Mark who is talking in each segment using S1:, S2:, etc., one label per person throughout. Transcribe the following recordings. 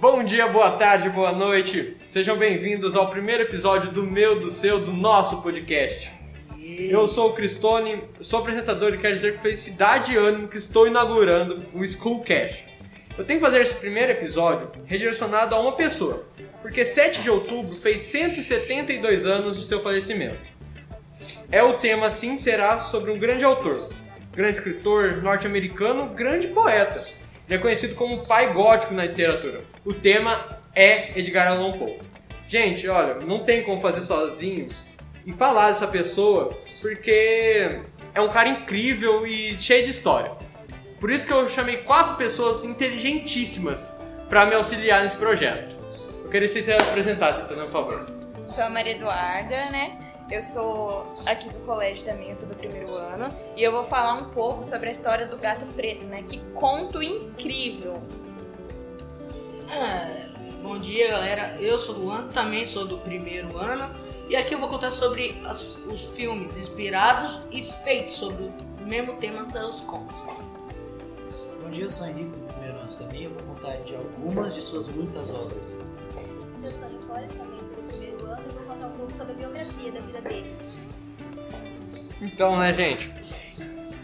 S1: Bom dia, boa tarde, boa noite. Sejam bem-vindos ao primeiro episódio do meu, do seu, do nosso podcast. Eu sou o Cristone, sou apresentador e quero dizer com felicidade e ânimo que estou inaugurando o School Cash. Eu tenho que fazer esse primeiro episódio redirecionado a uma pessoa, porque 7 de outubro fez 172 anos do seu falecimento. É o tema Sim Será sobre um grande autor, grande escritor norte-americano, grande poeta. Ele é conhecido como o pai gótico na literatura. O tema é Edgar Allan Poe. Gente, olha, não tem como fazer sozinho e falar dessa pessoa, porque é um cara incrível e cheio de história. Por isso que eu chamei quatro pessoas inteligentíssimas pra me auxiliar nesse projeto. Eu queria que vocês se apresentassem, fazendo um favor.
S2: Sou a Maria Eduarda, né? Eu sou aqui do colégio também, eu sou do primeiro ano. E eu vou falar um pouco sobre a história do gato preto, né? Que conto incrível!
S3: Ah, Bom dia, galera. Eu sou o Luan, também sou do primeiro ano. E aqui eu vou contar sobre as- os filmes inspirados e feitos sobre o mesmo tema dos contos. né?
S4: Bom dia, eu sou Henrique do primeiro ano também. Eu vou contar de algumas de suas muitas obras.
S5: Eu sou a Nicole, também sou do primeiro ano e vou contar um pouco sobre a biografia da vida dele.
S1: Então, né, gente?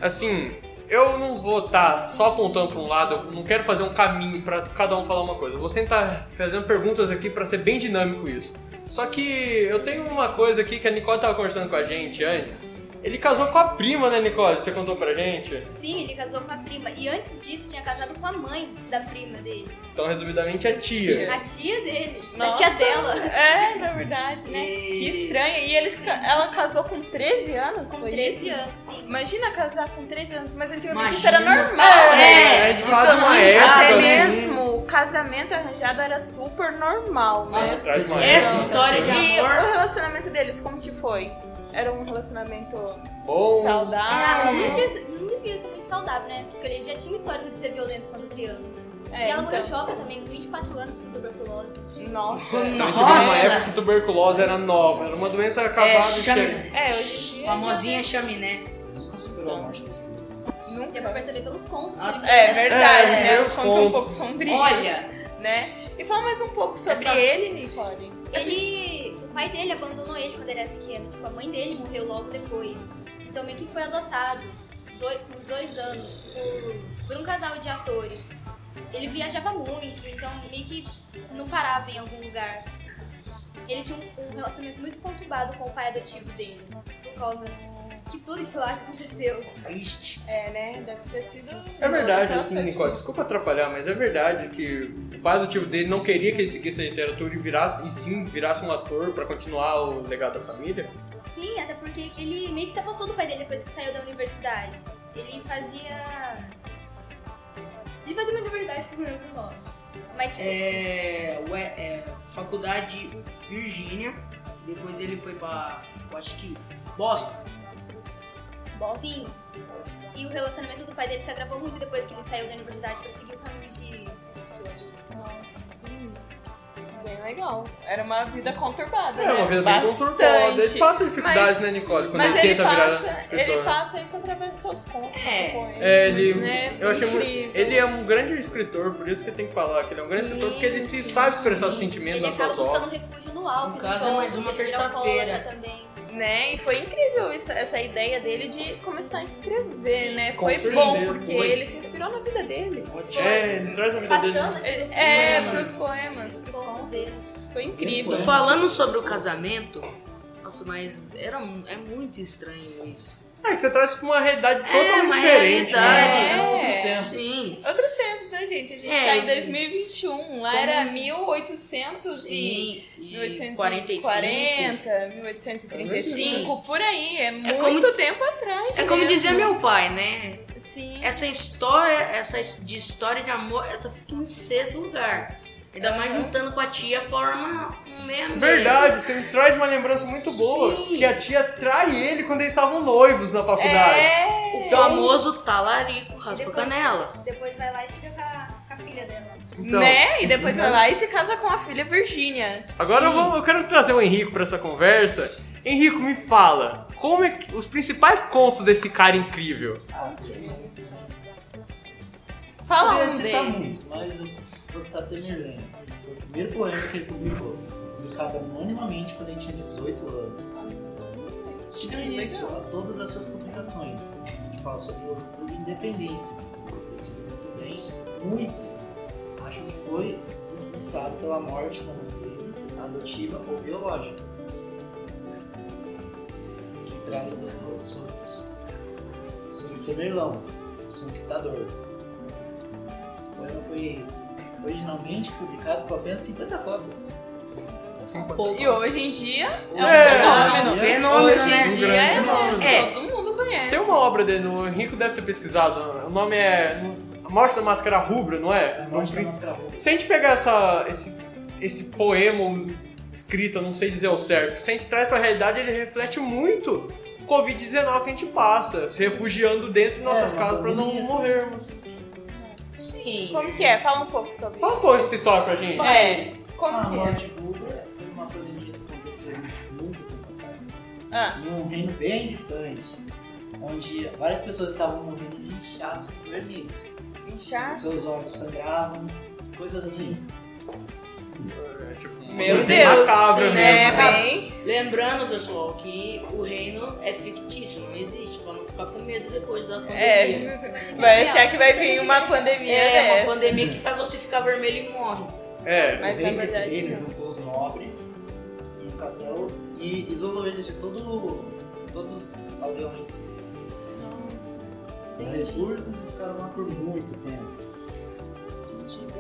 S1: Assim, eu não vou estar só apontando para um lado, eu não quero fazer um caminho para cada um falar uma coisa. Eu vou sentar fazendo perguntas aqui para ser bem dinâmico isso. Só que eu tenho uma coisa aqui que a Nicole tava conversando com a gente antes. Ele casou com a prima, né, Nicole? Você contou pra gente?
S5: Sim, ele casou com a prima e antes disso tinha casado com a mãe da prima dele,
S1: Então, resumidamente, é tia.
S5: a tia dele, a
S2: Nossa.
S5: tia dela,
S2: É, na verdade, né?
S3: E-
S2: Que estranho. E eles, ca- ela casou com 13 anos?
S5: com
S2: foi
S5: 13
S2: isso?
S5: anos, sim.
S2: Imagina casar com 13 anos, mas antigamente isso era
S3: Imagina.
S2: normal, né?
S3: É,
S1: de
S3: isso
S1: fato,
S3: é
S1: uma
S3: arranjado,
S1: época,
S2: Até
S3: Nada,
S1: assim.
S2: mesmo o casamento arranjado era super normal, né?
S3: Nossa,
S1: traz mais.
S3: essa história de
S2: E o
S3: amor. é
S2: relacionamento deles, como que foi? Era um relacionamento
S3: é
S1: Bom.
S5: Ah,
S2: saudável?
S5: não, devia, não devia ser muito saudável, né? Porque ele já tinha um histórico de ser violento quando criança.
S2: É,
S5: e ela morreu
S2: então.
S5: jovem também, com 24 anos, com tuberculose.
S2: Nossa.
S1: Eu tive uma
S3: Nossa.
S1: época que tuberculose era nova, era uma doença acabada
S3: É,
S1: de chegar.
S3: chaminé.
S2: É, hoje em dia.
S3: Famosinha chaminé.
S4: Nunca
S2: Tá.
S4: superou a morte dos filhos.
S5: Deu pra
S2: Nunca.
S5: perceber pelos contos
S3: Nossa,
S5: que ele
S2: É
S5: fez.
S2: verdade,
S3: É,
S2: né?
S1: meus
S2: Os contos são um
S1: contos.
S2: pouco sombrios.
S3: Olha,
S2: Né? E fala mais um pouco sobre
S3: Essas-
S2: ele, Nicole.
S5: Ele, o pai dele abandonou ele quando ele era pequeno. Tipo, a mãe dele morreu logo depois. Então meio que foi adotado doi- com uns dois anos por, por um casal de atores. Ele viajava muito, então meio que não parava em algum lugar. Ele tinha um, um relacionamento muito conturbado com o pai adotivo dele, por causa de tudo que lá aconteceu.
S3: triste.
S2: É, né? Deve ter sido. um
S1: É verdade, assim,
S2: Nossa,
S1: Nicole, desculpa atrapalhar, mas é verdade que o pai do tio dele não queria que ele seguisse a literatura e virasse, e sim virasse um ator pra continuar o legado da família.
S5: Sim, até porque ele meio que se afastou do pai dele depois que saiu da universidade. Ele fazia. Ele fazia uma universidade que eu não lembro o nome. Mas, tipo,
S3: É, ué, é, faculdade Virgínia. Depois ele foi pra, eu acho que, Boston.
S2: Bom,
S5: sim. E o relacionamento do pai dele se agravou muito depois que ele saiu da universidade pra seguir o caminho de de escritor.
S2: Nossa. hum, Bem legal. Era uma vida conturbada.
S1: É
S2: né?
S1: uma vida bem
S2: Bastante.
S1: conturbada. Ele passa dificuldades,
S2: Mas-
S1: né, Nicole, quando
S2: Mas
S1: ele
S2: ele
S1: tenta virar
S2: passa,
S1: escritor.
S2: ele passa isso através dos seus contos.
S3: É.
S2: com ele,
S1: É, ele,
S2: mas, né,
S1: eu achei muito,
S2: incrível.
S1: ele é um grande escritor, por isso que tem que falar que ele é um grande
S2: Sim,
S1: escritor, porque ele se
S2: sim,
S1: sabe expressar
S3: sim.
S1: os sentimentos
S5: Ele
S1: nas
S5: acaba
S1: suas
S5: buscando
S1: obras.
S5: refúgio no álcool.
S3: No
S5: nos
S3: caso, é mais
S5: jogos,
S3: uma
S5: ele vira alcoólatra
S3: terça-feira.
S5: também.
S2: Né? E foi incrível isso- essa ideia dele de começar a escrever,
S5: Sim.
S2: né?
S1: Com
S2: Foi
S1: certeza.
S2: bom, porque
S3: Foi.
S2: ele se inspirou na vida dele.
S1: É, ele traz a vida
S5: Passando
S1: dele.
S5: aquilo pros
S2: É,
S5: poemas.
S2: pros poemas, pros
S5: Os contos
S2: contos. Foi incrível.
S3: Falando sobre o casamento, nossa, mas era, mu- é muito estranho isso.
S1: É, que você traz pra uma realidade totalmente
S3: é uma
S1: diferente.
S3: realidade.
S1: Né?
S2: É.
S3: outros tempos. Sim.
S2: Outros tempos, né, gente? A gente
S3: É.
S2: tá em 2021. Lá
S3: Como-
S2: era 1800 e...
S3: Sim. E 45.
S2: 1840,
S3: Sim.
S2: 1835, por aí. É muito
S3: como-
S2: tempo atrás.
S3: É como
S2: mesmo.
S3: dizia meu pai, né?
S2: Sim.
S3: Essa história, essa his- de história de amor, essa fica em sexto lugar. Ainda mais juntando com a tia, forma um vem a mim.
S1: Verdade, você me traz uma lembrança muito boa.
S3: Sim.
S1: Que a tia trai ele quando eles estavam noivos na faculdade.
S2: É.
S3: O famoso talarico, raspa
S5: Depois-
S3: canela.
S5: Depois vai lá e fica com a, com a filha dela.
S1: Então,
S2: né? E depois vai lá e se casa com a filha Virgínia.
S1: Agora eu,
S3: Sim.
S1: vou- eu quero trazer o Henrico pra essa conversa. Henrico, me fala, como é que, os principais contos desse cara incrível?
S2: Fala
S4: Eu ia
S2: um
S4: citar
S2: deles.
S4: muitos, mas eu vou citar Temerlane. Foi o primeiro poema que ele publicou, publicado anonimamente quando ele tinha 18 anos. Tinha início a todas as suas publicações. Ele fala sobre o orgulho e independência, acontecido muito bem, muitos. Acho que foi influenciado pela morte da mãe dele, adotiva ou biológica. Que trata do, sobre, sobre Temerlão, conquistador. Esse poema foi originalmente publicado com apenas 50 cópias.
S2: E hoje em dia,
S1: É.
S3: Fenômeno, fenômeno,
S2: hoje
S1: Um
S2: em
S3: né?
S2: dia
S1: grande fenômeno.
S2: é, todo mundo conhece.
S1: Tem uma obra dele, no- o Henrico deve ter pesquisado. O nome é A Morte da Máscara Rubra, não é?
S4: A morte da máscara roupa.
S1: Se a gente pegar essa, esse, esse poema escrito, eu não sei dizer ao certo, se a gente traz pra realidade, ele reflete muito o Covid-19 que a gente passa, se refugiando dentro de nossas
S4: É, uma
S1: casas pra não
S4: pandemia.
S1: morrermos.
S3: Sim.
S2: Como que é? Fala um pouco sobre
S1: Fala um pouco dessa história pra gente.
S2: É,
S4: Ah,
S2: como
S3: Ah,
S4: A
S2: que é?
S4: morte rubra foi uma pandemia que aconteceu muito tempo atrás.
S2: Ah,
S4: Em um reino bem distante, onde várias pessoas estavam morrendo de inchaço vermelho.
S2: inchaço?
S4: Seus olhos sangravam, coisas assim.
S1: É, tipo, uma
S2: Meu
S1: coisa
S2: Deus,
S1: macabra
S2: né?
S1: mesmo.
S2: Bem,
S3: Lembrando, pessoal, que o reino é fictício, não existe, pra não ficar com medo depois da pandemia.
S2: é.
S5: Eu achei
S2: Vai
S5: era
S2: achar
S5: real.
S2: que vai
S5: Você
S2: vir
S5: acha
S2: uma
S5: que-
S2: pandemia
S3: é
S2: dessa.
S3: uma pandemia que faz você ficar vermelho e morre.
S1: É,
S2: Mas
S4: o
S2: na
S4: rei desse
S2: verdade,
S4: reino
S2: não.
S4: juntou os nobres em um castelo e isolou eles de todo, todos os aldeões com recursos e ficaram lá por muito tempo.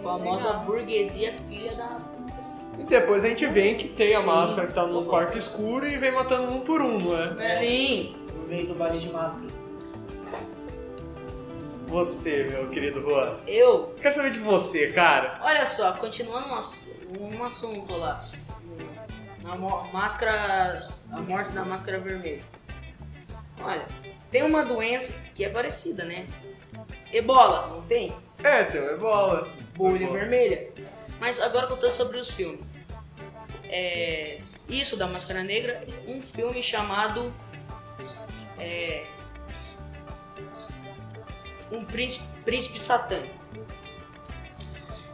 S3: Famosa burguesia filha da.
S1: E depois a gente vem que tem a
S3: Sim.
S1: máscara que tá num quarto escuro e vem matando um por um, não é?
S3: Sim.
S4: No meio do baile de máscaras.
S1: Você, meu querido Juan.
S3: Eu
S1: Eu Quero saber de você, cara.
S3: Olha só, continuando um, ass- um assunto lá. Na mo- máscara. A morte da máscara vermelha. Olha, tem uma doença que é parecida, né? Ebola, não tem?
S1: É, tem uma bola.
S3: Bolha vermelha. Mas agora contando sobre os filmes. É, isso da Máscara Negra, um filme chamado. é, um príncipe, príncipe satânico.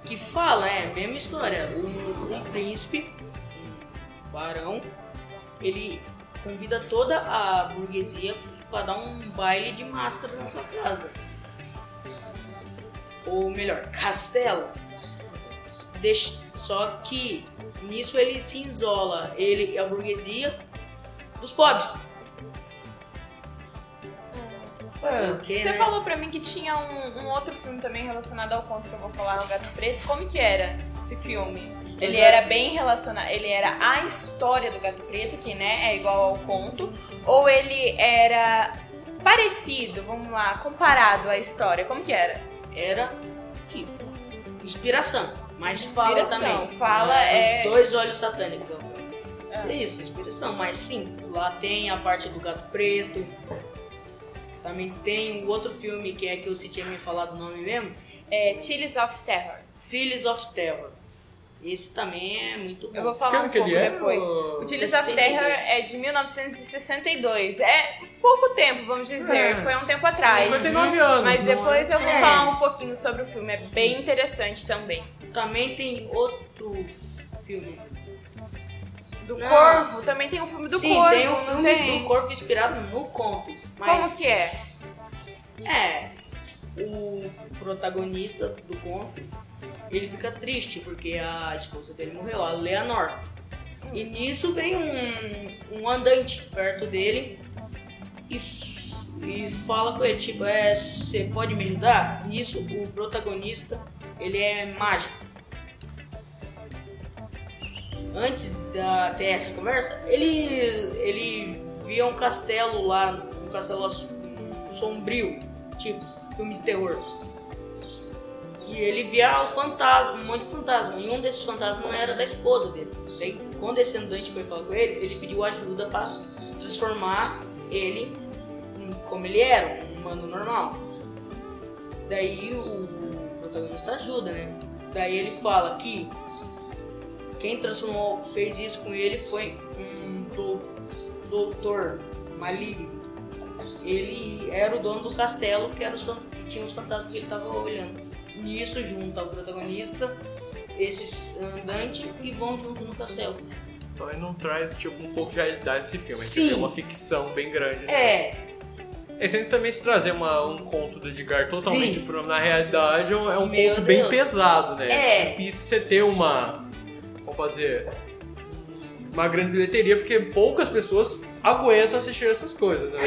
S3: Que fala, é a mesma história. Um, um príncipe, um barão, ele convida toda a burguesia para dar um baile de máscaras na sua casa ou melhor, castelo. Deix- Só que nisso ele se isola, ele e a burguesia dos pobres. Fazer o quê,
S2: É. Você
S3: né?
S2: falou pra mim que tinha um, um outro filme também relacionado ao conto que eu vou falar, o Gato Preto. Como que era esse filme? Ele
S3: Exato.
S2: era bem relacionado, ele era a história do Gato Preto, que né, é igual ao conto, ou ele era parecido, vamos lá, comparado à história? Como que era?
S3: Era, enfim, inspiração. Mas fala
S2: Inspiração,
S3: também.
S2: fala é-
S3: né, Os dois olhos satânicos. eu falo. É Isso, inspiração. Mas sim, lá tem a parte do gato preto. Também tem o outro filme que é que você tinha me falado o nome mesmo.
S2: É Chiles of Terror.
S3: Tales of Terror. Esse também é muito bom.
S2: Eu vou falar um
S1: ano que
S2: pouco
S1: ele é,
S2: depois.
S1: ô?
S2: O Tillage of
S3: 62.
S2: Terror é de 1962. É pouco tempo, vamos dizer.
S1: É.
S2: Foi há um tempo atrás.
S1: 59 anos,
S2: Mas
S1: não é?
S2: depois eu vou
S3: É.
S2: falar um pouquinho sobre o filme. É bem interessante também.
S3: Também tem outro filme.
S2: Do
S3: Não.
S2: Corvo, também tem um filme do
S3: Sim,
S2: Corvo.
S3: tem o
S2: não
S3: filme
S2: tem?
S3: do corpo inspirado no conto. Mas
S2: Como que é?
S3: é? O protagonista do conto, ele fica triste porque a esposa dele morreu, a Leonor. E nisso vem um, um andante perto dele e, f- e fala com ele, tipo, é, você pode me ajudar? Nisso o protagonista, ele é mágico. antes da ter essa conversa, ele ele via um castelo lá, um castelo ass- um sombrio, tipo filme de terror. E ele via o fantasma, um monte de fantasma. E um desses fantasmas era da esposa dele, da, Quando esse andante foi falar com ele, ele pediu ajuda para transformar ele em como ele era, um humano normal. Daí o protagonista ajuda, né? Daí ele fala que quem transformou, fez isso com ele foi um do- doutor maligno. Ele era o dono do castelo que, era os fan- que tinha os fantasmas que ele estava olhando. Nisso junta o protagonista, esse andante e vão junto no castelo.
S1: Então ele não traz tipo, um pouco de realidade esse filme.
S3: Sim.
S1: Ele é uma ficção bem grande. né?
S3: É,
S1: Esse aí também se trazer uma- um conto do Edgar totalmente
S3: Sim.
S1: pro- na realidade é um, é um
S3: Meu
S1: conto bem
S3: Deus.
S1: pesado, né?
S3: É.
S1: difícil você ter uma. Vamos fazer. Uma grande bilheteria, porque poucas pessoas aguentam assistir essas coisas, né?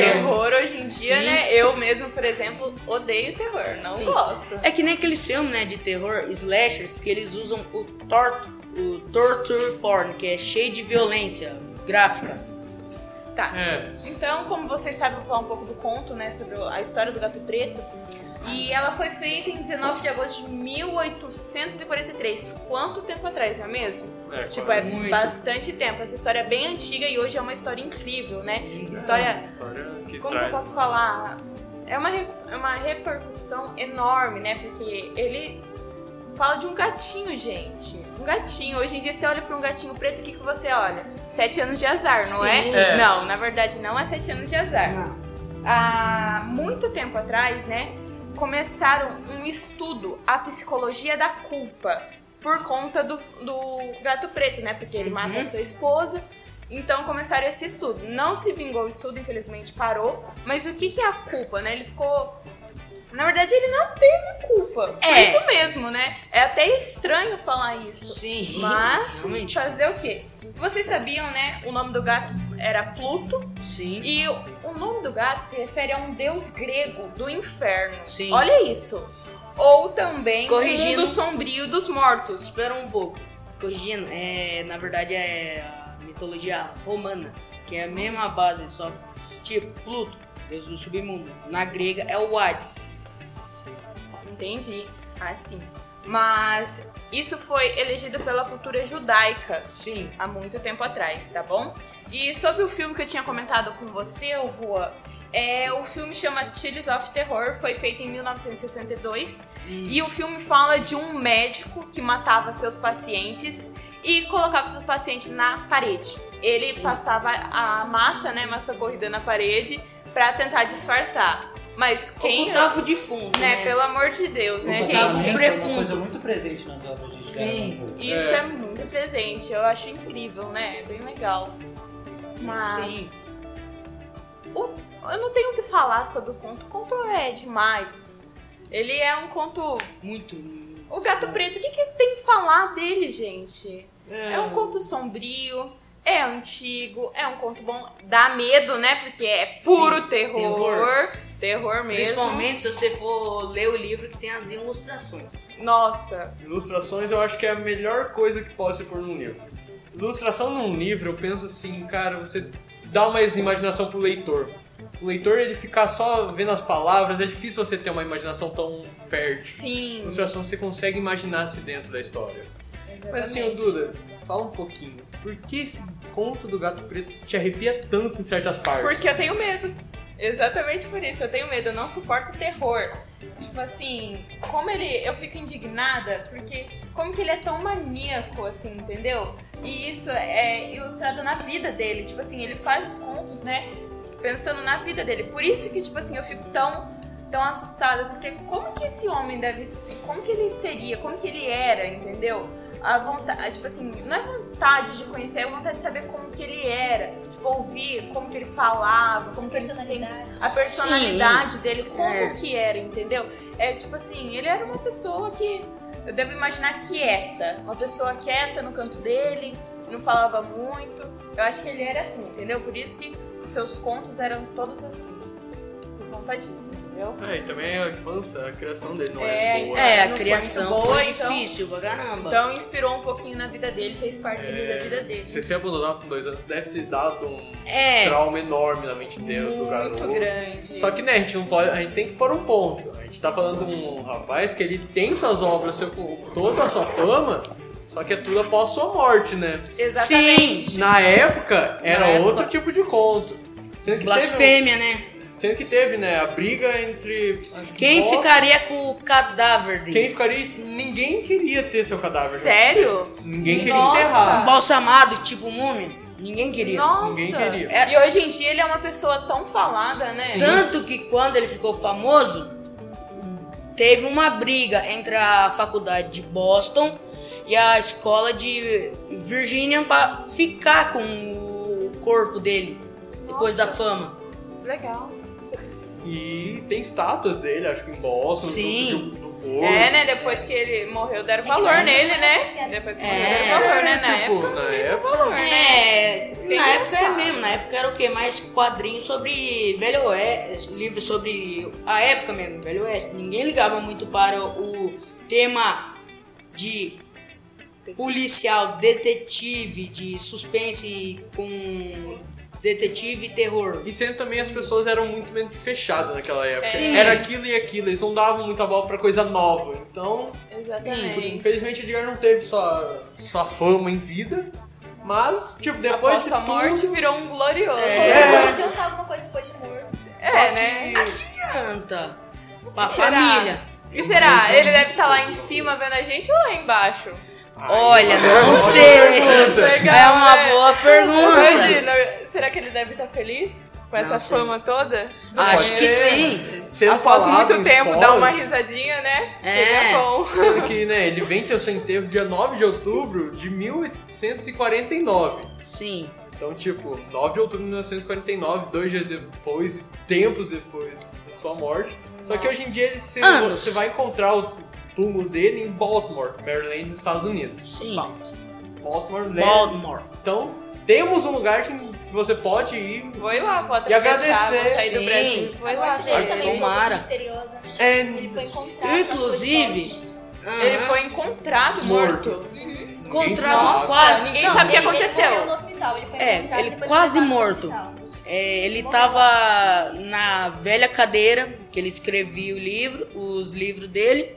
S3: É.
S2: Terror hoje em dia,
S3: Sim.
S2: né? Eu mesmo, por exemplo, odeio terror. Não
S3: Sim.
S2: gosto.
S3: É que nem aqueles filmes, né, de terror, slashers, que eles usam o, tor o torture porn, que é cheio de violência gráfica.
S2: Tá.
S1: É.
S2: Então, como vocês sabem, eu vou falar um pouco do conto, né? Sobre a história do gato preto. E ela foi feita em 19 de agosto de 1843. Quanto tempo atrás, não é mesmo?
S1: é,
S2: Tipo, é
S3: Muito.
S2: bastante tempo. Essa história é bem antiga e hoje é uma história incrível, né? História
S1: É, história que
S2: como que eu
S1: traz.
S2: posso falar? É uma, re- é uma repercussão enorme, né? Porque ele fala de um gatinho, gente. Um gatinho. Hoje em dia você olha pra um gatinho preto, o que, que você olha? Sete anos de azar, não
S3: Sim.
S2: é?
S1: É.
S2: Não, na verdade não é sete anos de azar. Há muito tempo atrás, né? Começaram um estudo, a psicologia da culpa, por conta do, do gato preto, né? Porque ele mata
S3: Uhum.
S2: a sua esposa. Então começaram esse estudo. Não se vingou o estudo, infelizmente parou. Mas o que, que é a culpa, né? Ele ficou. Na verdade, ele não teve culpa.
S3: É.
S2: É isso mesmo, né? É até estranho falar isso.
S3: Sim,
S2: Mas
S3: realmente,
S2: fazer o quê? Vocês sabiam, né? O nome do gato era Pluto.
S3: sim.
S2: E o nome do gato se refere a um deus grego do inferno.
S3: Sim.
S2: Olha isso. Ou também o
S3: Corrigindo.
S2: mundo sombrio dos mortos.
S3: Espera um pouco. Corrigindo, é, na verdade é a mitologia romana, que é a mesma base, só que, tipo Pluto, deus do submundo. Na grega é o Hades.
S2: Entendi. Ah, sim. Mas isso foi elegido pela cultura judaica
S3: Sim.
S2: há muito tempo atrás, tá bom? E sobre o filme que eu tinha comentado com você, o Rua, é, o filme chama Tales of Terror, foi feito em 1962 e o filme fala de um médico que matava seus pacientes e colocava seus pacientes na parede. Ele passava a massa, né, massa corrida na parede pra tentar disfarçar. Mas quem
S3: Ocultava o defunto,
S2: né,
S3: né?
S2: pelo amor de Deus, né,
S4: O
S2: gente?
S4: comportamento é
S3: prefundo.
S4: uma coisa muito presente nas obras de né?
S3: Sim.
S4: Edgar Allan Poe.
S2: Isso é. muito presente, eu acho incrível, né? É bem legal. Mas.
S3: Sim.
S2: o- eu não tenho o que falar sobre o conto. O conto é demais. Ele é um conto.
S3: Muito.
S2: O gato preto, o que, que tem que falar dele, gente?
S1: É.
S2: É um conto sombrio, é antigo, é um conto bom. Dá medo, né? Porque é puro
S3: Sim,
S2: terror.
S3: terror.
S2: Terror, mesmo.
S3: Principalmente se você for ler o livro que tem as ilustrações.
S2: Nossa.
S1: Ilustrações eu acho que é a melhor coisa que pode se pôr num livro. Ilustração num livro, eu penso assim, cara, você dá mais imaginação pro leitor. O leitor, ele ficar só vendo as palavras, é difícil você ter uma imaginação tão fértil.
S2: Sim.
S1: Ilustração você consegue imaginar-se dentro da história. Mas assim, ô Duda, fala um pouquinho. Por que esse conto do gato preto te arrepia tanto em certas partes?
S2: Porque eu tenho medo. Exatamente por isso, eu tenho medo, eu não suporto terror. Tipo assim, como ele. Eu fico indignada, porque como que ele é tão maníaco, assim, entendeu? E isso é ilustrado na vida dele. Tipo assim, ele faz os contos, né? Pensando na vida dele. Por isso que, tipo assim, eu fico tão. Tão assustada, porque como que esse homem deve ser, como que ele seria, como que ele era, entendeu? A vontade, tipo assim, não é vontade de conhecer, é vontade de saber como que ele era, tipo, ouvir como que ele falava, como que ele se
S5: Personalidade.
S2: sente, a personalidade dele, como que era, entendeu? É tipo assim, ele era uma pessoa que eu devo imaginar quieta, uma pessoa quieta no canto dele, não falava muito. Eu acho que ele era assim, entendeu? Por isso que os seus contos eram todos assim. Por conta disso, entendeu?
S1: É, e também a infância, a criação dele não
S2: É,
S1: é boa.
S2: então-
S3: É,
S2: Não
S3: a
S2: foi
S3: criação
S2: muito boa,
S3: foi
S2: então-
S3: difícil pra caramba.
S2: Então inspirou um pouquinho na vida dele, fez parte ali da vida dele.
S1: É, Você se abandonar com dois anos deve ter dado um
S3: é,
S1: trauma enorme na mente dele, do garoto.
S2: Muito grande.
S1: Só que né, a gente não pode, a gente tem que pôr um ponto. A gente tá falando de um rapaz que ele tem suas obras, seu, toda a sua fama, Só que é tudo após sua morte, né?
S2: Exatamente.
S3: Sim!
S1: Na época, era
S3: época-
S1: outro tipo de conto. Sendo que, teve, um-
S3: Blasfêmia, né?
S1: sendo que teve, né, a briga entre... acho que
S3: Quem
S1: Bob-
S3: ficaria com o cadáver dele?
S1: Quem ficaria... Ninguém queria ter seu cadáver. né?
S2: Sério?
S1: Ninguém queria
S2: Nossa.
S1: enterrar.
S3: Balsamado, tipo múmia? Ninguém queria.
S2: Nossa.
S1: Ninguém queria.
S2: E hoje em dia ele é uma pessoa tão falada, né?
S3: Tanto que quando ele ficou famoso, teve uma briga entre a faculdade de Boston e a escola de Virginia pra ficar com o corpo dele depois da fama.
S2: Legal.
S1: E tem estátuas dele, acho que em Boston. tipo,
S3: Sim.
S1: Do, do corpo.
S2: É, né? Depois que ele morreu, deram valor
S5: Sim.
S2: nele, né?
S5: Sim.
S2: Depois que
S5: É,
S2: morreu, deram valor, né? Na
S1: tipo,
S2: época.
S1: na
S2: não
S1: época-
S2: deu valor, né?
S3: É,
S2: Isso que é
S3: na época é
S2: engraçado.
S3: mesmo, na época era o quê? Mais quadrinho sobre Velho Oeste, livro sobre a época mesmo, Velho Oeste. Ninguém ligava muito para o tema de policial, detetive, de suspense com detetive e terror.
S1: E sendo também as pessoas eram muito menos fechadas naquela época.
S3: Sim.
S1: Era aquilo e aquilo, eles não davam muita bola pra coisa nova. Então,
S5: é.
S2: Exatamente.
S1: infelizmente, o Edgar não teve sua, sua fama em vida. Mas, tipo, depois
S2: Após
S1: de
S2: sua
S1: tudo,
S2: morte, virou um glorioso.
S5: Como
S1: É.
S5: se fosse adiantar alguma coisa depois de morto.
S2: É,
S1: só que-
S2: né?
S3: Canta pra
S2: Será?
S3: família.
S2: O que será? Ele deve estar lá em cima vendo a gente ou lá embaixo?
S3: Olha, não sei.
S2: Legal,
S3: é uma
S2: né?
S3: boa pergunta.
S2: Imagina, será que ele deve estar feliz com essa
S3: Não sei.
S2: fama toda?
S3: Acho que sim.
S1: Sendo
S2: Após
S1: falado
S2: muito
S1: em
S2: tempo, dar uma
S1: spoilers,
S2: risadinha, né?
S3: É.
S2: Seria bom.
S1: Sendo que, né, ele vem ter o seu enterro dia 9 de outubro de 1849.
S3: Sim.
S1: Então, tipo, 9 de outubro de 1949, dois dias depois, tempos depois da sua morte. Só que hoje em dia ele- você,
S3: Anos.
S1: você vai encontrar o túmulo dele em Baltimore, Maryland, nos Estados Unidos. Tá,
S3: Sim.
S1: Baltimore, Maryland.
S3: Baltimore.
S1: Então, temos um lugar que você pode ir.
S2: Vou ir lá, vou
S1: E
S2: atravessar, vou
S1: agradecer.
S2: sair do
S3: Sim.
S2: Brasil. Vou
S5: A
S2: ir lá.
S5: morte dele também
S3: Tomara.
S5: foi um pouco misteriosa.
S1: É,
S5: Ele foi encontrado.
S3: Inclusive, aham,
S2: Ele foi encontrado morto.
S3: encontrado
S1: Nossa,
S3: quase.
S2: Ninguém sabe o que
S5: Ele
S2: aconteceu.
S5: morreu no hospital. Ele foi
S3: É,
S5: encontrado
S3: ele
S5: depois
S3: quase
S5: foi levado
S3: morto.
S5: pro hospital.
S3: É, ele tava na velha cadeira que ele escrevia o livro, os livros dele.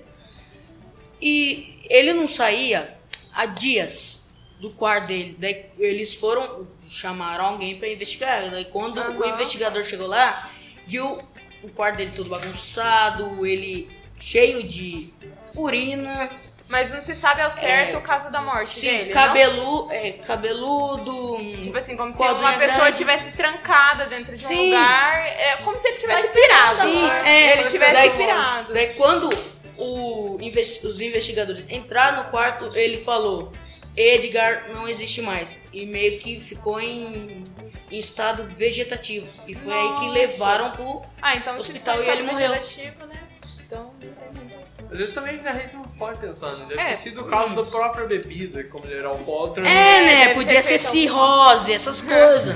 S3: E ele não saía há dias do quarto dele. Daí eles foram, chamaram alguém para investigar. Daí quando o
S2: Aham.
S3: investigador chegou lá, viu o quarto dele todo bagunçado, ele cheio de urina,
S2: Mas não se sabe ao certo o caso da morte
S3: sim,
S2: dele.
S3: cabelu, é, cabeludo.
S2: não? Tipo assim, como se
S3: Com as
S2: uma
S3: unhas
S2: pessoa
S3: grandes.
S2: estivesse trancada dentro de um
S3: Sim.
S2: lugar. É como se ele
S3: Tá
S2: tivesse
S5: Só
S2: pirado.
S3: Sim,
S2: né?
S3: é.
S2: Ele tivesse
S3: daí,
S2: pirado.
S3: Daí quando o inves- os investigadores entraram no quarto, ele falou: Edgar não existe mais. E meio que ficou em, em estado vegetativo. E foi aí que
S2: Nossa.
S3: levaram pro.
S2: Ah, então se
S3: hospital
S2: foi
S3: e ele
S2: estado
S3: morreu.
S2: vegetativo, né? Então, não tem muito.
S1: Às vezes também a gente não pode pensar, né? Deve
S2: É.
S1: ter sido o caso da própria bebida, como ele era alcoólatra.
S3: É,
S2: deve
S3: né?
S2: ter
S3: Podia ser
S2: feito
S3: cirrose, essas coisas.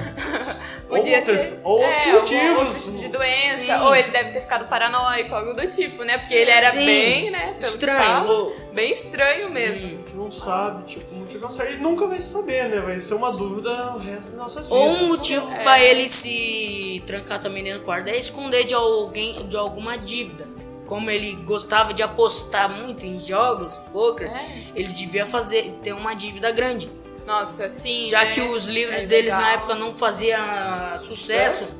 S2: Podia
S1: Outras-
S2: ser.
S1: outros
S2: é,
S1: motivos.
S2: outro tipo de doença.
S3: Sim.
S2: Ou ele deve ter ficado paranoico, algo do tipo, né? Porque ele era
S3: Sim.
S2: bem, né? pelo que
S3: Estranho.
S2: falam,
S3: louco.
S2: Bem estranho mesmo.
S1: A gente não sabe, tipo, o motivo não sabe. Ele nunca vai saber, né? Vai ser uma dúvida o resto das nossas
S3: Ou
S1: vidas.
S3: um motivo pra
S2: É.
S3: ele se trancar também dentro do quarto é esconder de alguém de alguma dívida. Como ele gostava de apostar muito em jogos, poker,
S2: É.
S3: ele devia fazer ter uma dívida grande.
S2: Nossa, assim.
S3: Hum. Já
S2: né?
S3: que os livros
S2: É
S3: deles na
S2: legal.
S3: época não faziam sucesso.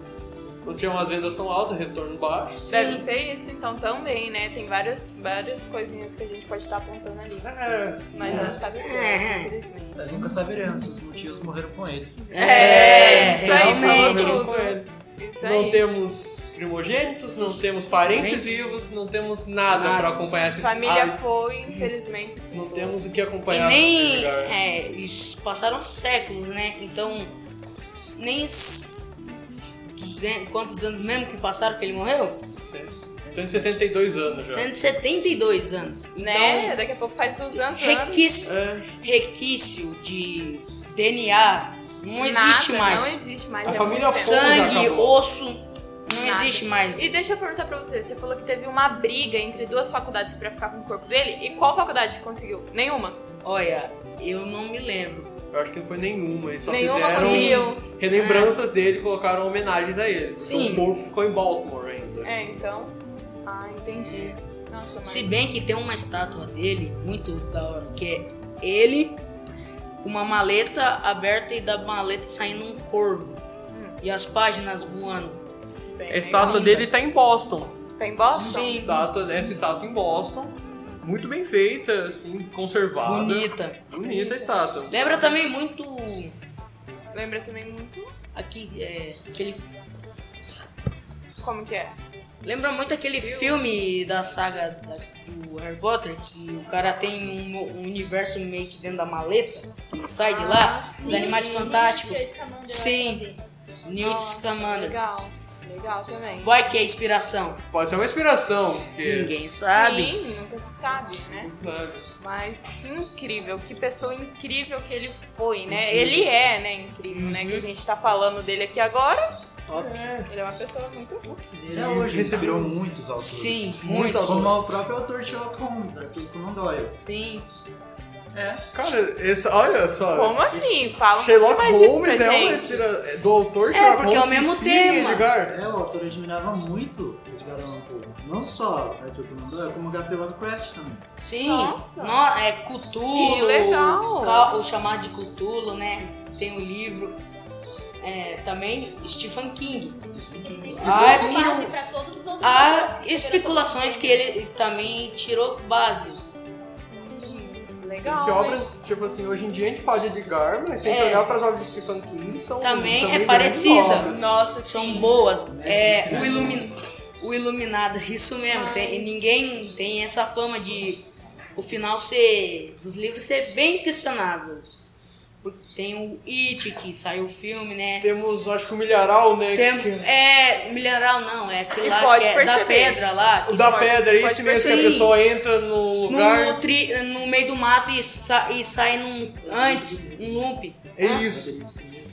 S1: Não tinha umas vendas tão altas, retorno baixo.
S2: Deve
S3: Sim.
S2: ser isso, então também, né? Tem várias, várias coisinhas que a gente pode estar apontando ali.
S1: É, sim.
S2: Mas não sabe se
S3: É.
S2: infelizmente.
S4: Mas nunca saberemos, os motivos morreram com ele.
S2: É, isso aí falou
S3: realmente.
S1: Não,
S2: tudo. Isso
S1: não
S2: aí.
S1: temos primogênitos, não temos parentes
S3: Parentes.
S1: vivos, não temos nada
S3: Nada.
S1: pra acompanhar esses
S2: Família
S1: Ah,
S2: foi, infelizmente, se
S1: Não
S2: foi.
S1: temos o que
S3: E
S1: acompanhar. nesse
S3: nem
S1: lugar.
S3: é, isso passaram séculos, né? Então s- nem s- 200 quantos anos mesmo que passaram que ele morreu?
S1: Cento- 172 anos já.
S3: 172 anos.
S2: Né?
S3: Então,
S2: Daqui a pouco faz 200 anos.
S3: requis,
S1: É,
S3: requício de DNA
S2: Nada,
S3: não existe mais.
S2: Não existe mais.
S1: a
S2: é
S1: família Fontes
S3: Sangue,
S1: acabou.
S3: osso, não
S2: Nada.
S3: existe mais.
S2: E deixa eu perguntar pra você, você falou que teve uma briga entre duas faculdades pra ficar com o corpo dele, e qual faculdade conseguiu? Nenhuma.
S3: Olha, eu não me lembro.
S1: Eu acho que não foi nenhuma. Eles só
S2: Nenhuma
S1: fizeram
S2: conseguiu.
S1: relembranças dele, colocaram homenagens a ele. porque
S3: Sim.
S1: O corpo ficou em Baltimore ainda.
S2: É, então. Ah, entendi. Nossa, mas.
S3: Se bem que tem uma estátua dele muito da hora, que é ele com uma maleta aberta e da maleta saindo um corvo.
S2: Hum.
S3: E as páginas voando.
S2: Bem
S1: A estátua
S3: Ainda.
S1: dele tá em Boston.
S2: Tem Boston?
S1: Essa
S3: Sim.
S1: estátua- essa estátua em Boston. Muito bem feita, assim, conservada.
S3: Bonita.
S1: Bonita a estátua.
S3: Lembra também muito
S2: Lembra também muito
S3: aqui, é, aquele,
S2: como que é.
S3: lembra muito aquele filme da saga da- do Harry Potter que o cara tem um, mo- um universo meio que dentro da maleta, que sai de lá, os
S5: Sim,
S3: animais
S5: o Ninja
S3: fantásticos.
S5: Scamander,
S3: Sim, Newt
S2: Nossa,
S3: Scamander.
S2: Legal. Legal também.
S3: Vai que é inspiração.
S1: Pode ser uma inspiração. Porque,
S3: Ninguém sabe.
S2: Sim, nunca se sabe, né?
S1: Sabe?
S2: Mas que incrível, que pessoa incrível que ele foi, né? Ele é, né, incrível, né?
S1: Uhum.
S2: Que a gente tá falando dele aqui agora.
S3: Top.
S2: Ele é uma pessoa muito
S4: Até
S1: Recebeu-
S4: hoje recebeu muitos autores.
S3: tá. Sim, muitos.
S4: Como o próprio autor Sherlock Holmes, assim, Conan Doyle.
S3: Sim.
S4: É,
S1: Cara, essa- olha só.
S2: Como assim? Fala um pouco
S1: Sherlock
S2: mais disso pra
S1: Holmes é uma
S2: gente.
S1: inspira... é do autor
S3: É,
S1: Sherlock
S3: porque é o
S1: Holmes se
S3: mesmo
S1: inspira em
S3: tema.
S1: Edgar.
S4: é, o autor admirava muito Edgar Allan Poe. Não só Arthur Conan Doyle, como H.P. Lovecraft também.
S3: Sim,
S2: Nossa.
S3: No- é Cutulo.
S2: Que legal.
S3: O chamado de Cutulo, né? Tem o livro. É, também Stephen King.
S5: Tem
S3: Ah,
S5: tudo de
S3: isso-
S5: base pra todos os outros autores
S3: Há
S5: que escreveram
S3: especulações que
S5: sobre ele.
S3: ele também tirou bases.
S2: Sim,
S1: Tem
S2: Legal.
S1: Que
S2: hein?
S1: obras, tipo assim, hoje em dia a gente fala de Edgar, mas se a gente
S3: É.
S1: olhar pras obras de Stephen King, são
S3: Também é
S1: grandes
S3: parecida.
S1: obras.
S2: Nossa,
S3: São
S2: sim.
S3: boas. É,
S4: Mestre
S3: o, ilumin... o Iluminado, isso mesmo. Tem, e ninguém tem essa fama de o final ser dos livros ser bem questionável. Porque Tem o It, que saiu o filme, né?
S1: Temos, acho que o Milharal, né? que
S3: Tem,
S1: tinha-
S3: é, milharal não, é aquele
S2: E
S3: lá
S2: pode
S3: que é da
S2: perceber.
S3: pedra lá. que
S1: O da
S3: só-
S1: pedra, é
S3: pode
S1: isso mesmo, que a
S3: perceber.
S1: pessoa entra num lugar.
S3: No, tri- no meio do mato e, sa- e sai num, antes, um loop.
S1: É isso.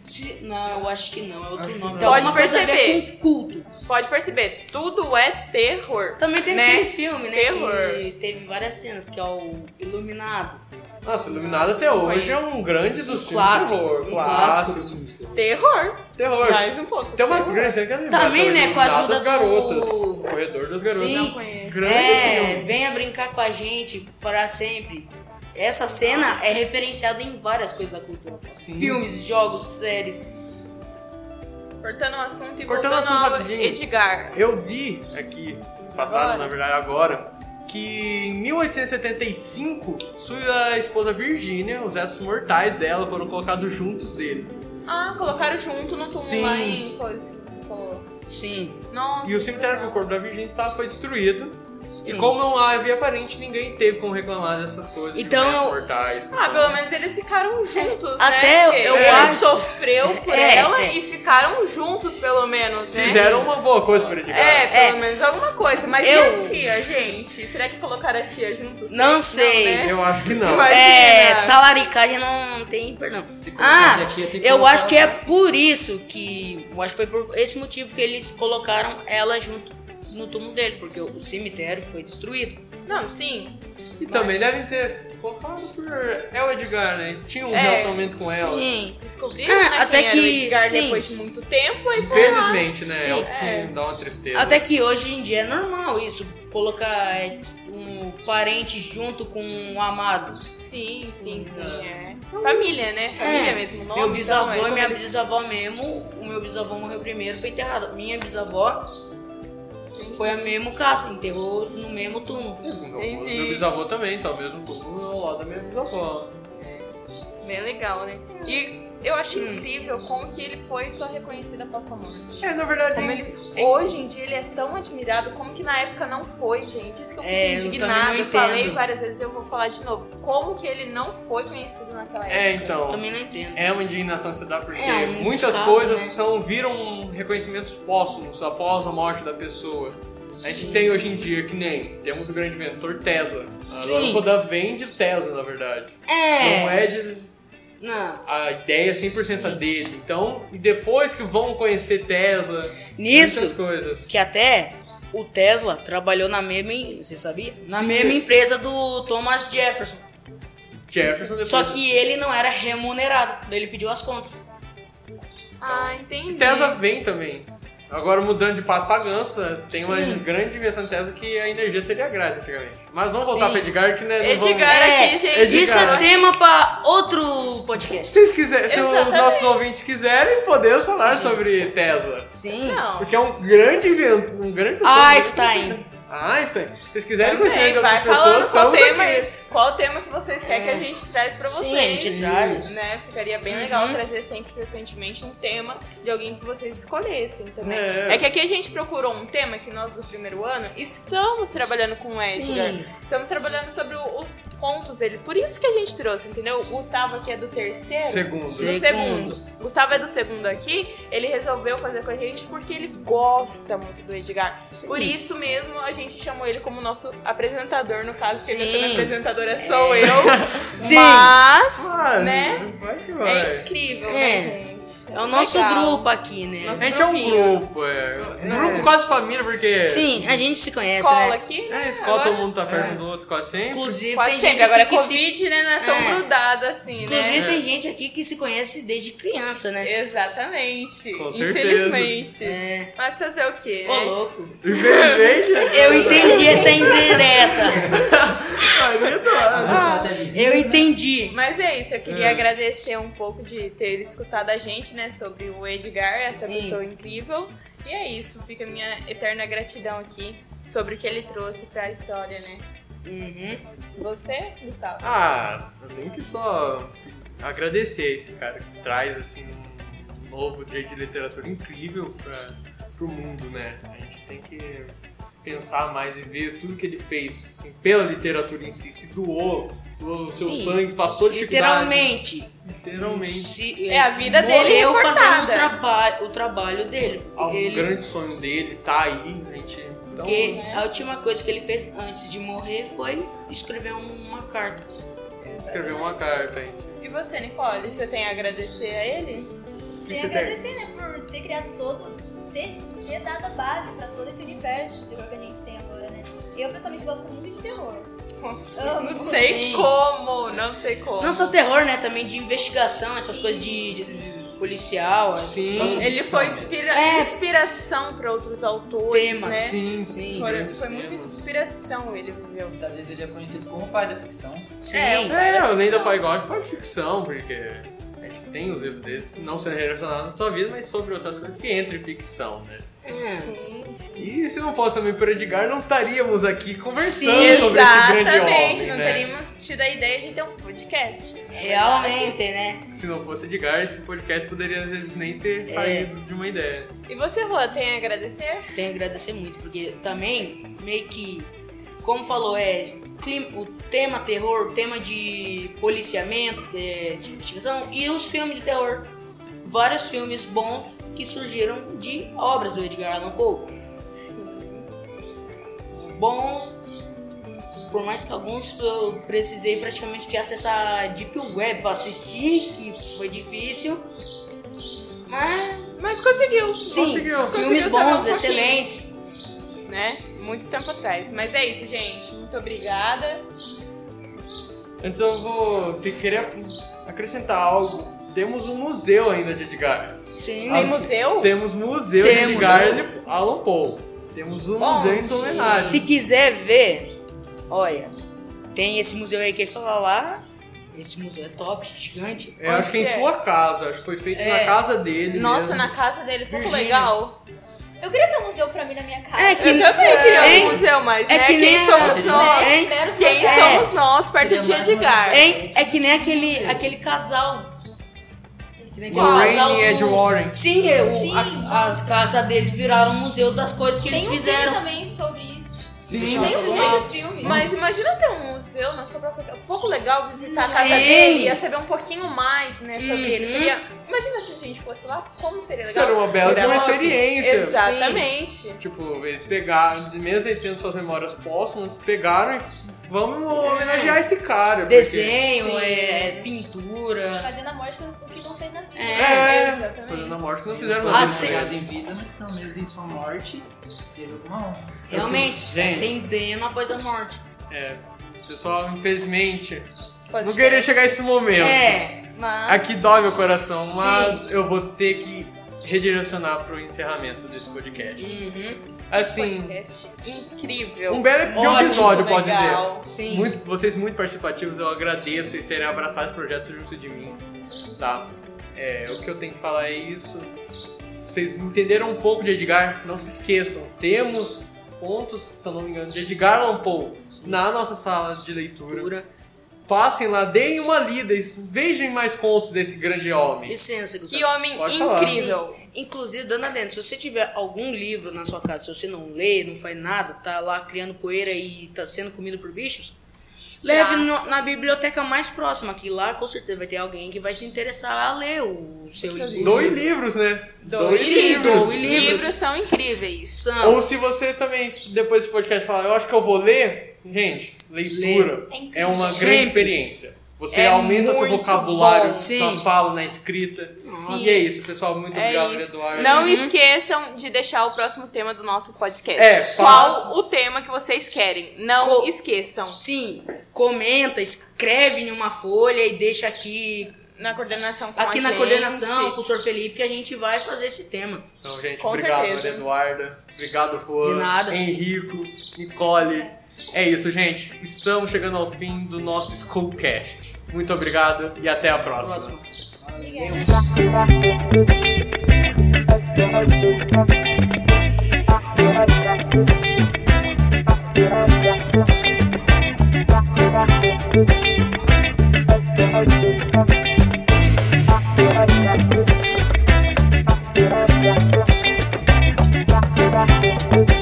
S3: Se- Não, eu acho que não, é outro
S4: Acho que
S3: nome.
S4: não.
S3: Tem alguma
S2: Pode
S3: coisa a ver
S2: perceber.
S3: com culto.
S2: Pode perceber, tudo é terror.
S3: Também teve
S2: Né?
S3: aquele filme, né? Que
S2: Terror.
S3: teve várias cenas, que é o Iluminado.
S1: Nossa, Iluminado até hoje é um grande dos filmes
S3: clássico,
S1: de terror.
S3: um
S1: Clássico.
S4: assim,
S2: Terror.
S1: Terror.
S2: Mais um ponto.
S1: Tem umas
S2: terror.
S1: grandes, você quer lembrar?
S3: Também, né, com a
S1: Iluminado
S3: ajuda
S1: das garotas.
S3: do-
S1: Corredor das garotas.
S3: Sim.
S2: Não conheço.
S1: Grande
S3: é,
S1: filme.
S3: venha brincar com a gente para sempre. Essa cena é referenciada em várias coisas da cultura.
S1: Sim.
S3: Filmes, jogos, séries.
S2: Cortando o assunto e
S1: Cortando o
S2: voltando
S1: assunto
S2: ao
S1: rapidinho.
S2: Edgar.
S1: Eu vi aqui, passado
S2: Agora.
S1: na verdade agora, que em 1875 sua esposa Virgínia, os restos mortais dela foram colocados juntos dele.
S2: Ah, colocaram junto no túmulo
S1: Sim.
S2: lá em coisa que você falou.
S3: Sim.
S2: Nossa.
S1: E o
S2: que
S1: cemitério que o
S2: legal.
S1: corpo da Virgínia estava foi destruído. E como não havia parente, ninguém teve como reclamar dessas coisas.
S3: Então
S1: de restos
S3: eu-
S1: mortais.
S2: Ah, pelo menos eles ficaram juntos,
S3: Até
S2: né?
S3: eu-
S2: Porque
S3: eu
S2: ele
S1: acho-
S2: sofreu por
S3: É,
S2: ela
S3: é.
S2: e ficaram juntos, pelo menos, né?
S1: Fizeram uma boa coisa para Edgar.
S2: É, pelo
S3: É.
S2: menos alguma coisa. Mas
S3: Eu-
S2: e a tia, gente? Será que colocaram a tia juntos?
S3: Não sei.
S2: né?
S1: Eu acho que não.
S2: Vai-
S3: É,
S2: Imagina.
S3: talaricagem não tem perdão.
S4: Se colocasse
S3: Ah,
S4: aqui, ia ter que
S3: eu
S4: colocar-
S3: acho que é por isso que. Eu acho que foi por esse motivo que eles colocaram ela junto no túmulo dele, porque o cemitério foi destruído.
S2: Não, sim.
S1: E também devem ter colocado por. É o Edgar, né? Tinha um
S2: É,
S1: relacionamento com ela.
S3: Sim.
S2: Descobriram
S3: Ah,
S2: né,
S3: até
S2: quem era o
S3: que-
S2: Edgar
S3: sim.
S2: depois de muito tempo e foi lá.
S1: Infelizmente, né?
S3: Sim.
S1: É o que dá uma tristeza.
S3: Até que hoje em dia é normal isso, colocar é, um parente junto com um amado.
S2: Sim, sim, sim. É. Família, né? Família
S3: Uhum. É,
S2: mesmo. Nome,
S3: Meu bisavô
S2: então, é
S3: e
S2: como
S3: minha
S2: ele-
S3: bisavó mesmo, o meu bisavô morreu primeiro, foi enterrado. Minha bisavó foi o mesmo caso, enterrou no mesmo túmulo.
S1: Meu,
S2: Entendi.
S1: meu bisavô também, tá? O mesmo túmulo ao lado da minha bisavó.
S2: Bem legal, né? E eu acho incrível como que ele foi só reconhecido após sua morte.
S1: É, na verdade.
S2: Como ele, hoje em dia ele é tão admirado, como que na época não foi, gente? Isso que eu fico
S3: É, eu
S2: indignada.
S3: também não
S2: falei
S3: entendo.
S2: várias vezes e eu vou falar de novo. Como que ele não foi conhecido naquela época?
S1: É, então.
S3: Também não entendo.
S1: É uma indignação que se dá porque
S3: É, um
S1: muitas
S3: descaso,
S1: coisas
S3: né?
S1: são viram reconhecimentos póstumos após a morte da pessoa. A gente
S3: Sim.
S1: tem hoje em dia que nem temos o grande inventor Tesla. A
S3: Sim.
S1: lâmpada vem de Tesla, na verdade. Não
S3: É.
S1: é de
S3: Não.
S1: a ideia é 100% dele. Então, e depois que vão conhecer Tesla, essas
S3: Nisso
S1: coisas.
S3: que até o Tesla trabalhou na mesma, em- você sabia? Na mesma empresa do Thomas Jefferson.
S1: Jefferson depois
S3: Só que ele não era remunerado, daí ele pediu as contas.
S1: então.
S2: Ah, entendi.
S1: Tesla vem também. Agora, mudando de pato pra ganso, tem uma
S3: Sim.
S1: grande invenção de tese que a energia seria grátis antigamente. Mas vamos voltar
S3: Sim.
S1: para Edgar, que né, não vamos-
S2: Edgar aqui, gente.
S1: Edgar.
S3: Isso é tema pra outro podcast.
S1: Se, vocês quiserem, se os
S2: Exatamente.
S1: nossos ouvintes quiserem, podemos falar
S3: Sim, sim.
S1: sobre Tesla.
S3: Sim.
S2: Não.
S1: Porque é um grande invento, um grande... Ah,
S3: Einstein.
S1: Einstein. Se vocês quiserem conhecer
S2: Também,
S1: de outras
S2: vai
S1: pessoas,
S2: falando qual
S1: estamos
S2: tema,
S1: aqui.
S2: qual tema que vocês querem que a
S3: É.
S2: gente traz pra
S3: Sim,
S2: vocês.
S3: a gente traz.
S2: Né? Ficaria bem legal
S3: Uhum.
S2: trazer sempre, frequentemente, um tema de alguém que vocês escolhessem também.
S1: É.
S2: É, que aqui a gente procurou um tema que nós, do primeiro ano, estamos trabalhando com o
S3: é,
S2: Edgar.
S3: Sim.
S2: Estamos trabalhando sobre o- os pontos dele. Por isso que a gente trouxe, entendeu? O Gustavo aqui é do terceiro.
S1: Segundo.
S3: Sim.
S2: Do
S3: Segundo.
S2: segundo. Gustavo é do segundo aqui. Ele resolveu fazer com a gente porque ele gosta muito do Edgar.
S3: Sim.
S2: Por isso mesmo a gente chamou ele como nosso apresentador, no caso, que ele
S3: Sim.
S2: é também apresentadora sou eu.
S3: Sim.
S2: Mas
S1: Mano,
S2: Né?
S1: Ah, vai que vai.
S2: é incrível,
S3: É.
S2: né, gente?
S3: É o nosso
S2: Legal.
S3: grupo aqui, né?
S1: A
S2: Nosso
S1: gente é um
S2: grupinho.
S1: grupo, é. Um
S3: É.
S1: grupo quase família, porque...
S3: Sim, a gente se conhece,
S2: Escola
S3: né?
S2: aqui.
S1: É,
S2: né,
S1: escola,
S2: agora-
S1: todo mundo tá perto
S3: É.
S1: um do outro quase sempre.
S3: Inclusive,
S2: Quase
S3: tem gente
S2: sempre. Agora é
S3: aqui que se...
S2: Covid, né? Não é tão
S3: É.
S2: grudado assim,
S3: Inclusive,
S2: né?
S1: É.
S3: tem gente aqui que se conhece desde criança, né?
S2: Exatamente.
S1: Com certeza.
S2: Infelizmente.
S3: É.
S2: Mas fazer o quê?
S3: Ô,
S2: né?
S3: louco.
S1: Infelizmente.
S3: Eu entendi essa indireta.
S4: Ah, você até visita.
S3: Eu entendi.
S2: Mas é isso, eu queria
S3: Ah.
S1: É.
S2: agradecer um pouco de ter escutado a gente, né, sobre o Edgar, essa
S3: Sim.
S2: pessoa incrível. E é isso, fica a minha eterna gratidão aqui sobre o que ele trouxe pra história, né?
S3: Uhum.
S2: Você, Gustavo?
S1: Ah, eu tenho que só agradecer esse cara que traz assim um novo dia de literatura incrível para pro mundo, né? A gente tem que pensar mais e ver tudo que ele fez assim, pela literatura em si, se doou, doou o seu
S3: Sim.
S1: sangue, passou dificuldade.
S3: Literalmente.
S1: Literalmente.
S3: Se-
S2: É a vida
S3: morreu
S2: dele
S3: fazendo o,
S2: reportada.
S3: traba o trabalho dele.
S1: O
S3: Porque ele
S1: grande sonho dele tá aí, a gente. Então,
S3: Porque a última coisa que ele fez antes de morrer foi escrever um, uma carta.
S1: escreveu uma carta, gente.
S2: E você, Nicole, você tem a agradecer a ele?
S1: O que
S5: Tem
S2: é
S1: você
S5: que
S1: tem?
S5: agradecer, né, por ter criado todo, ter, ter dado a base pra todo esse universo de terror que a gente tem agora, né? Eu pessoalmente gosto muito de terror.
S2: Eu não
S5: Amo.
S2: sei
S3: Sim.
S2: como, não sei como.
S3: Não só terror, né? Também de investigação, essas coisas de, de- de policial, essas
S1: Sim.
S3: coisas.
S2: Ele foi inspira-
S3: É.
S2: inspiração pra outros autores,
S3: Temas,
S2: né?
S1: Sim,
S3: Sim,
S2: Foi,
S1: grandes
S2: foi muita
S1: temas.
S2: inspiração ele viveu.
S4: Muitas vezes ele é conhecido como o pai da ficção.
S3: sim.
S2: é,
S1: É, além da Pai God, pode ficção, porque a gente tem os erros desses, não sendo relacionado na sua vida, mas sobre outras coisas que entram em ficção, né?
S3: É.
S1: E se não fosse também por Edgar, não estaríamos aqui conversando
S3: Sim,
S1: sobre esse grande
S2: Exatamente,
S1: homem,
S2: não
S1: né?
S2: teríamos tido a ideia de ter um podcast.
S3: Realmente, né?
S1: Se não fosse Edgar, esse podcast poderia, às vezes, nem ter
S2: É.
S1: saído de uma ideia.
S2: E você, Rua, tem a agradecer?
S3: Tenho a agradecer muito, porque também meio que, como falou, é clim- o tema terror, o tema de policiamento, é, de investigação e os filmes de terror. Vários filmes bons que surgiram de obras do Edgar Allan Poe. bons. Por mais que alguns eu precisei praticamente que acessar a Deep Web pra assistir, que foi difícil. Mas,
S2: Mas conseguiu.
S3: sim,
S1: Conseguiu,
S3: filmes
S2: conseguiu saber um
S3: bons,
S2: pouquinho.
S3: excelentes.
S2: Né? Muito tempo atrás. Mas é isso, gente. Muito obrigada.
S1: Antes eu vou ter que querer acrescentar algo. Temos um museu ainda de Edgar.
S3: Sim,
S2: Tem
S1: As-
S2: museu?
S1: Temos museu de
S3: Temos.
S1: Edgar Allan Poe. Temos um museu em
S2: Onde?
S1: sua homenagem.
S3: se quiser ver, olha, tem esse museu aí que ele fala lá. Esse museu é top, gigante.
S1: É, acho
S2: Onde
S1: que em
S2: que é?
S1: sua casa, acho que foi feito na
S3: É.
S1: casa dele.
S2: Nossa,
S1: mesmo.
S2: na casa dele, pouco
S3: Virgínia.
S2: legal.
S5: Eu queria ter um museu pra mim na minha casa.
S3: É que
S2: Eu também queria
S3: é,
S2: um museu, mas né,
S3: é que
S2: quem
S3: nem a-
S2: somos nós?
S5: Meros-
S3: hein?
S5: meros
S2: Quem
S5: mortais.
S3: É.
S2: somos nós perto
S4: Seria
S2: de
S4: mais uma-
S2: Edgar?
S3: Hein? É que nem aquele, aquele casal. Que nem
S1: Qual? Rainy Ed Warren.
S3: Sim, é, o-
S5: Sim.
S3: a- as casas deles viraram museu das coisas que
S5: Tem
S3: eles
S5: um
S3: fizeram.
S5: filme também sobre isso.
S1: Sim,
S5: Tem um
S3: Nossa,
S5: muitos
S3: legal.
S5: filmes.
S2: Mas imagina ter um museu na sua própria casa. Um pouco legal visitar a casa
S3: Sim.
S2: dele, ia saber um pouquinho mais, né, sobre
S3: Uhum.
S2: ele. Seria... Imagina se a gente fosse lá, como seria legal.
S1: Isso era É uma bela de uma
S3: Grande.
S1: experiência.
S2: Exatamente.
S1: Tipo, eles pegaram, mesmo ele tendo suas memórias póstumas, pegaram e f- vamos homenagear esse cara. porque-
S3: Desenho,
S2: Sim.
S3: é, pintura.
S5: Fazendo a morte o que não fez na vida.
S3: É.
S1: É,
S2: Exatamente.
S1: fazendo a morte que não fizeram
S4: Foi
S1: nada. né?
S3: Ah, sim.
S4: jogado em vida, mas pelo menos em sua morte teve alguma honra.
S3: Realmente,
S1: Gente.
S3: acendendo após a morte.
S1: É, pessoal, infelizmente,
S2: Pode
S1: não queria
S2: ser.
S1: chegar a esse momento.
S3: É,
S2: Mas...
S1: Aqui dói meu coração,
S3: Sim.
S1: mas eu vou ter que redirecionar pro encerramento desse podcast.
S3: Uhum.
S1: Assim,
S2: Um Podcast incrível.
S1: um belo de um
S3: Ótimo,
S1: episódio, pode dizer.
S2: legal.
S3: Sim.
S1: Muito, vocês muito participativos, eu agradeço vocês terem abraçado esse projeto junto de mim, tá? É, o que eu tenho que falar é isso. Vocês entenderam um pouco de Edgar? Não se esqueçam, temos pontos, se eu não me engano, de Edgar Allan Poe na nossa sala de leitura.
S3: Pura.
S1: Passem lá, deem uma lida, e vejam mais contos desse grande homem.
S3: Licença, Gustavo.
S2: Que homem
S1: Pode falar.
S2: incrível.
S3: Inclusive, dando adendo, se você tiver algum livro na sua casa, se você não lê, não faz nada, tá lá criando poeira e tá sendo comido por bichos, leve no- na biblioteca mais próxima, que lá com certeza vai ter alguém que vai se interessar a ler o seu
S2: é
S3: livro.
S1: Dois livros, né?
S2: Dois
S3: Sim,
S2: livros. um
S3: dois livros.
S2: livros são incríveis.
S3: Sam,
S1: Ou se você também, depois desse podcast, falar, eu acho que eu vou ler, gente, leitura
S5: É incrível.
S1: é uma
S3: Sempre.
S1: grande experiência. Você
S2: É
S1: aumenta seu
S2: muito
S1: vocabulário,
S2: bom.
S1: sua
S3: Sim.
S1: fala na escrita.
S3: Sim.
S1: E é isso, pessoal. Muito
S2: É
S1: obrigado,
S2: isso.
S1: Eduardo.
S2: Não
S3: Uhum.
S2: esqueçam de deixar o próximo tema do nosso podcast.
S1: É, faça.
S2: Qual o tema que vocês querem? Não
S3: Co-
S2: esqueçam.
S3: sim, comenta, escreve em uma folha e deixa aqui,
S2: Na coordenação com
S3: aqui
S2: a
S3: na
S2: gente.
S3: coordenação com o Sr. Felipe que a gente vai fazer esse tema.
S1: Então, gente,
S2: Com
S1: obrigado,
S2: certeza.
S1: Eduarda. Obrigado, Juan.
S3: De nada.
S1: Henrico, Nicole. É isso, gente. Estamos chegando ao fim do nosso Schoolcast. Muito obrigado e até a próxima.
S3: Próximo.
S5: Obrigada.
S6: Thank you.